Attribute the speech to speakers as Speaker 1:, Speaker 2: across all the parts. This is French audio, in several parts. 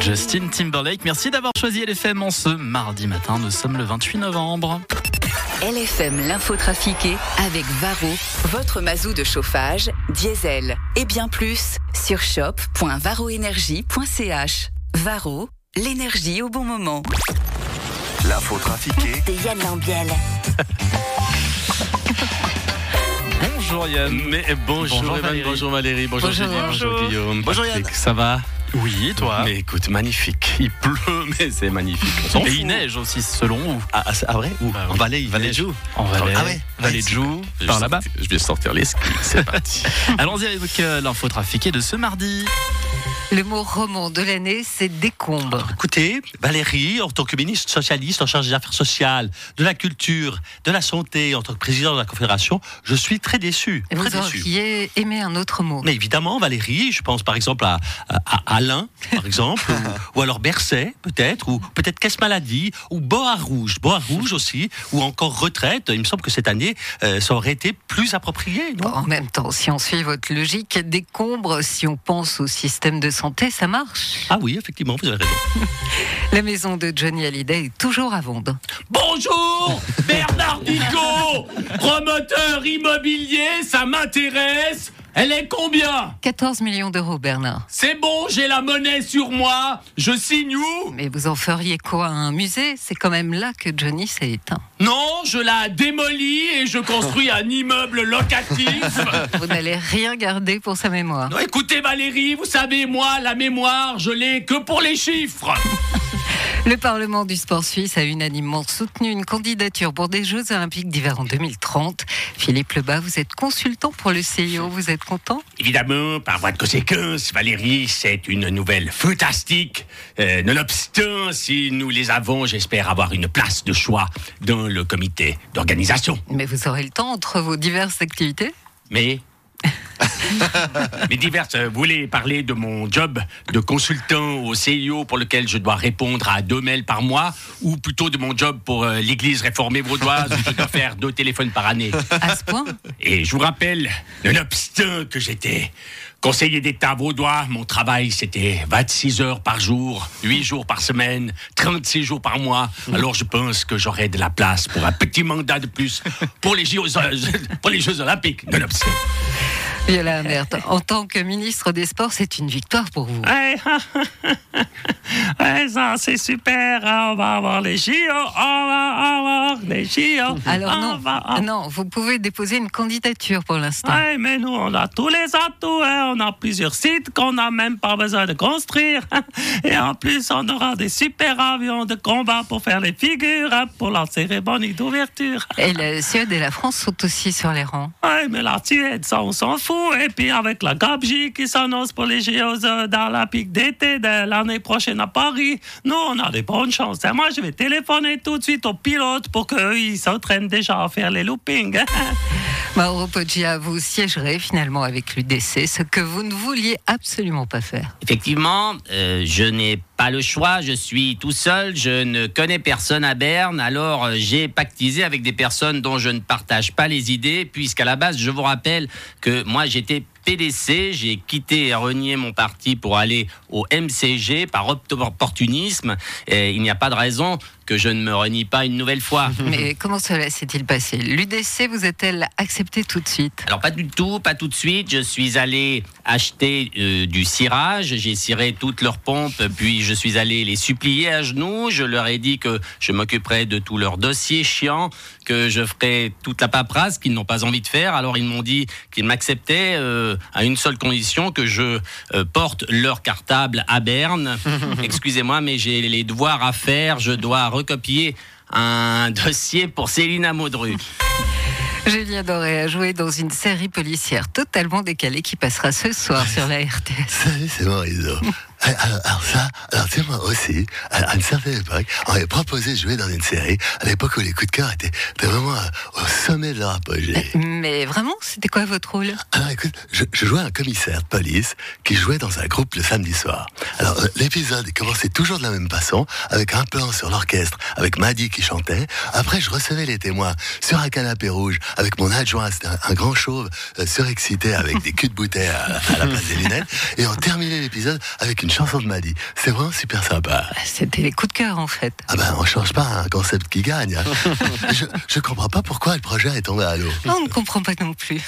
Speaker 1: Justin Timberlake, merci d'avoir choisi LFM en ce mardi matin. Nous sommes le 28 novembre.
Speaker 2: LFM l'info trafiquée avec Varro, votre mazou de chauffage, diesel et bien plus sur shop.varroénergie.ch. Varro, l'énergie au bon moment.
Speaker 3: L'info trafiquée
Speaker 4: de Yann Lambiel.
Speaker 1: Bonjour Yann.
Speaker 5: Mais bonjour,
Speaker 1: Bonjour
Speaker 5: Evan,
Speaker 1: Valérie.
Speaker 5: bonjour Valérie, bonjour,
Speaker 1: Bonjour
Speaker 5: Julie,
Speaker 1: Yann.
Speaker 5: bonjour Guillaume.
Speaker 3: Bonjour Yann.
Speaker 5: Patrick.
Speaker 1: Ça va Oui, et toi
Speaker 5: Mais écoute, magnifique. Il pleut, mais c'est magnifique. On s'en
Speaker 1: Et
Speaker 5: fout.
Speaker 1: il neige aussi, selon où
Speaker 5: Ah, ah, c'est- ah, vrai Où
Speaker 1: Bah
Speaker 5: En
Speaker 1: oui.
Speaker 5: Valais, il
Speaker 1: Valais.
Speaker 5: neige où
Speaker 1: En Valais,
Speaker 5: Ah ouais
Speaker 1: Valais de
Speaker 5: Ouais,
Speaker 1: Joux,
Speaker 5: Je vais
Speaker 1: par là-bas.
Speaker 5: sortir- Je vais sortir les skis, c'est parti.
Speaker 1: Allons-y avec euh, l'info trafiquée de ce mardi.
Speaker 6: Le mot roman de l'année, c'est décombre.
Speaker 7: Ah, Écoutez, Valérie, en tant que ministre socialiste en charge des affaires sociales, de la culture, de la santé, en tant que président de la Confédération, je suis très déçu. Très
Speaker 6: Vous
Speaker 7: déçu.
Speaker 6: auriez aimé un autre mot.
Speaker 7: Mais évidemment, Valérie, je pense par exemple à, à- à Alain, par exemple, ou, ou alors Bercet, peut-être, ou peut-être Caisse Maladie, ou Boa Rouge, Boa Rouge aussi, ou encore Retraite. Il me semble que cette année, euh, ça aurait été plus approprié, non
Speaker 6: Bon, en même temps, si on suit votre logique, décombre, si on pense au système de santé, ça marche.
Speaker 7: Ah oui, effectivement, vous avez raison.
Speaker 6: La maison de Johnny Hallyday est toujours à vendre.
Speaker 8: Bonjour Bernard Dico, promoteur immobilier, ça m'intéresse. Elle est combien
Speaker 6: 14 millions d'euros, Bernard.
Speaker 8: C'est bon, j'ai la monnaie sur moi. Je signe où
Speaker 6: Mais vous en feriez quoi à un musée C'est quand même là que Johnny s'est éteint.
Speaker 8: Non, je la démolis et je construis un immeuble locatif.
Speaker 6: Vous n'allez rien garder pour sa mémoire.
Speaker 8: Non, écoutez Valérie, vous savez, moi, la mémoire, je l'ai que pour les chiffres.
Speaker 6: Le Parlement du sport suisse a unanimement soutenu une candidature pour des Jeux olympiques d'hiver en 2030. Philippe Lebas, vous êtes consultant pour le CIO, vous êtes content
Speaker 8: Évidemment, par voie de conséquence, Valérie, c'est une nouvelle fantastique. Euh, nonobstant, si nous les avons, j'espère avoir une place de choix dans le comité d'organisation.
Speaker 6: Mais vous aurez le temps entre vos diverses activités
Speaker 8: Mais. Mais diverses, euh, vous voulez parler de mon job de consultant au CIO pour lequel je dois répondre à deux mails par mois, ou plutôt de mon job pour euh, l'Église réformée vaudoise où je dois faire deux téléphones par année
Speaker 6: à ce point.
Speaker 8: Et je vous rappelle, nonobstant que j'étais conseiller d'État vaudois, mon travail c'était 26 heures par jour, 8 jours par semaine, 36 jours par mois. Alors je pense que j'aurai de la place pour un petit mandat de plus pour les, JO pour les Jeux Olympiques, nonobstant.
Speaker 6: Viola Humbert, en tant que ministre des Sports, c'est une victoire pour vous.
Speaker 8: Ah.
Speaker 5: Ouais, ouais, ça, c'est super. hein, On va avoir les JO. On va avoir les JO.
Speaker 6: Alors
Speaker 8: Ah,
Speaker 5: On
Speaker 6: non,
Speaker 8: bah,
Speaker 5: va-
Speaker 6: non, vous pouvez déposer une candidature pour l'instant.
Speaker 5: Ouais, mais nous, on a tous les atouts. hein. On a plusieurs sites qu'on n'a même pas besoin de construire. Et en plus, on aura des super avions de combat pour faire les figures, hein, pour la cérémonie d'ouverture.
Speaker 6: Et la Suède et la France sont aussi sur les rangs.
Speaker 5: Ouais, mais la Suède, ça, on s'en fout. Et puis, avec la Gabji qui s'annonce pour les JO d'Olympique d'été de l'année prochaine à Paris, nous, on a des bonnes chances. hein. Moi, je vais téléphoner tout de suite aux pilotes pour qu'eux, ils s'entraînent déjà à faire les loopings. hein.
Speaker 6: Mauro Poggia, Bah, vous siégerez finalement avec l'UDC, ce que vous ne vouliez absolument pas faire.
Speaker 9: Effectivement, euh, je n'ai pas le choix, je suis tout seul, je ne connais personne à Berne, alors euh, j'ai pactisé avec des personnes dont je ne partage pas les idées, puisqu'à la base, je vous rappelle que moi j'étais PDC, j'ai quitté et renié mon parti pour aller au MCG par opt- opportunisme, et il n'y a pas de raison que je ne me renie pas une nouvelle fois.
Speaker 8: Mhm.
Speaker 6: Mais comment cela s'est-il passé L'UDC vous a-t-elle accepté tout de suite
Speaker 9: Alors pas du tout, pas tout de suite. Je suis allé acheter euh, du cirage, j'ai ciré toutes leurs pompes, puis je suis allé les supplier à genoux. Je leur ai dit que je m'occuperais de tous leurs dossiers chiants, que je ferais toute la paperasse qu'ils n'ont pas envie de faire. Alors ils m'ont dit qu'ils m'acceptaient euh, à une seule condition, que je euh, porte leur cartable à Berne. Excusez-moi, mais j'ai les devoirs à faire. Je dois recopier un dossier pour Céline Amodru.
Speaker 6: Julien Doré a joué dans une série policière totalement décalée qui passera ce soir sur la RTS.
Speaker 10: Salut, c'est Mauricio. Alors, alors ça, alors c'est moi aussi, à, à une certaine époque, on m'avait proposé de jouer dans une série, à l'époque où les coups de cœur étaient, étaient vraiment euh, au sommet de leur apogée.
Speaker 6: Mais vraiment, c'était quoi votre rôle
Speaker 10: Alors écoute, je, je jouais un commissaire de police qui jouait dans un groupe le samedi soir. Alors euh, l'épisode il commençait toujours de la même façon, avec un plan sur l'orchestre, avec Maddy qui chantait. Après, je recevais les témoins sur un canapé rouge, avec mon adjoint, c'était un, un grand chauve euh, surexcité avec des culs de bouteille à, à la place des lunettes. Et on terminait l'épisode avec une chanson de Maddy. C'est vraiment super sympa.
Speaker 6: C'était les coups de cœur en fait.
Speaker 10: Ah ben, on change pas un concept qui gagne. hein. je, je comprends pas pourquoi le projet est tombé à l'eau.
Speaker 6: On ne comprend pas non plus.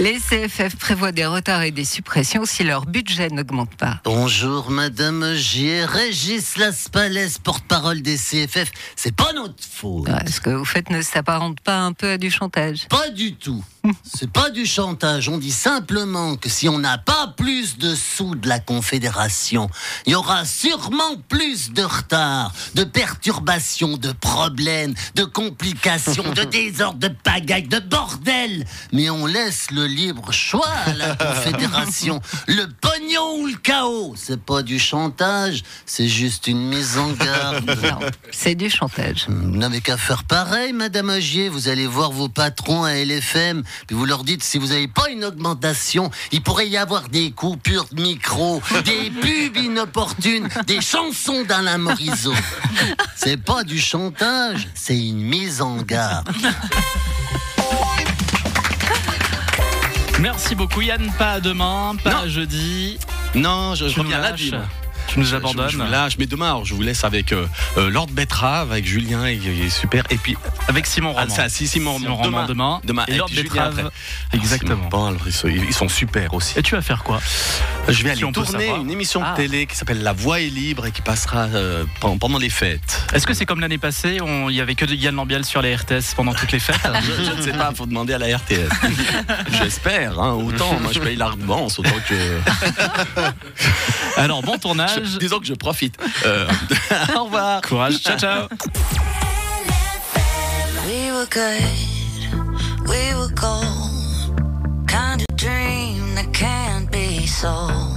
Speaker 6: Les CFF prévoient des retards et des suppressions si leur budget n'augmente pas.
Speaker 4: Bonjour Madame Gier, Régis Laspalès, porte-parole des CFF. C'est pas notre faute.
Speaker 6: Ah, Ce que vous faites ne s'apparente pas un peu à du chantage.
Speaker 4: Pas du tout. C'est pas du chantage. On dit simplement que si on n'a pas plus de sous de la Confédération, il y aura sûrement plus de retard, de perturbations, de problèmes, de complications, de désordres, de pagailles, de bordel. Mais on laisse le libre choix à la Confédération. Le pognon ou le chaos. C'est pas du chantage, c'est juste une mise en garde.
Speaker 6: Non, c'est du chantage.
Speaker 4: Vous Hmm, n'avez qu'à faire pareil, Madame Agier. Vous allez voir vos patrons à LFM, puis vous leur dites si vous n'avez pas une augmentation, il pourrait y avoir des coupures de micro, des pubs inopportunes, des chansons d'Alain Morisot. C'est pas du chantage, c'est une mise en garde.
Speaker 1: Merci beaucoup Yann, pas à demain, pas à jeudi.
Speaker 7: Non, je, je
Speaker 1: Tu nous
Speaker 7: reviens là.
Speaker 1: lâches. Tu nous abandonnes.
Speaker 7: Je, je vous lâche, mais demain, alors, je vous laisse avec euh, euh, Lord Betrave, avec Julien, et, et super. Et puis,
Speaker 1: Avec Simon
Speaker 7: ah,
Speaker 1: Roman.
Speaker 7: ça, si, Simon,
Speaker 1: Simon
Speaker 7: Roman,
Speaker 1: Roman demain.
Speaker 7: demain.
Speaker 1: Et Lord
Speaker 7: puis Julien
Speaker 1: Betrave.
Speaker 7: après. Ah,
Speaker 1: Exactement.
Speaker 7: Bon, alors, ils sont, ils sont super aussi.
Speaker 1: Et tu vas faire quoi
Speaker 7: Je
Speaker 1: Si
Speaker 7: vais aller
Speaker 1: on peut
Speaker 7: tourner
Speaker 1: savoir.
Speaker 7: une émission
Speaker 1: Ah.
Speaker 7: de télé qui s'appelle La Voix est libre et qui passera euh, pen- pendant les fêtes.
Speaker 1: Est-ce que c'est comme l'année passée, on- il y avait que de Yann Lambiel sur les RTS pendant toutes les fêtes
Speaker 7: Je, je ne sais pas, faut demander à la RTS. J'espère, hein, autant. Moi, je paye l'avance, autant que.
Speaker 1: Alors bon
Speaker 7: Je-
Speaker 1: tournage,
Speaker 7: disons que je profite. Euh, au revoir.
Speaker 1: courage, ciao ciao
Speaker 11: We were good, we were gold. Kind of dream that can't be sold.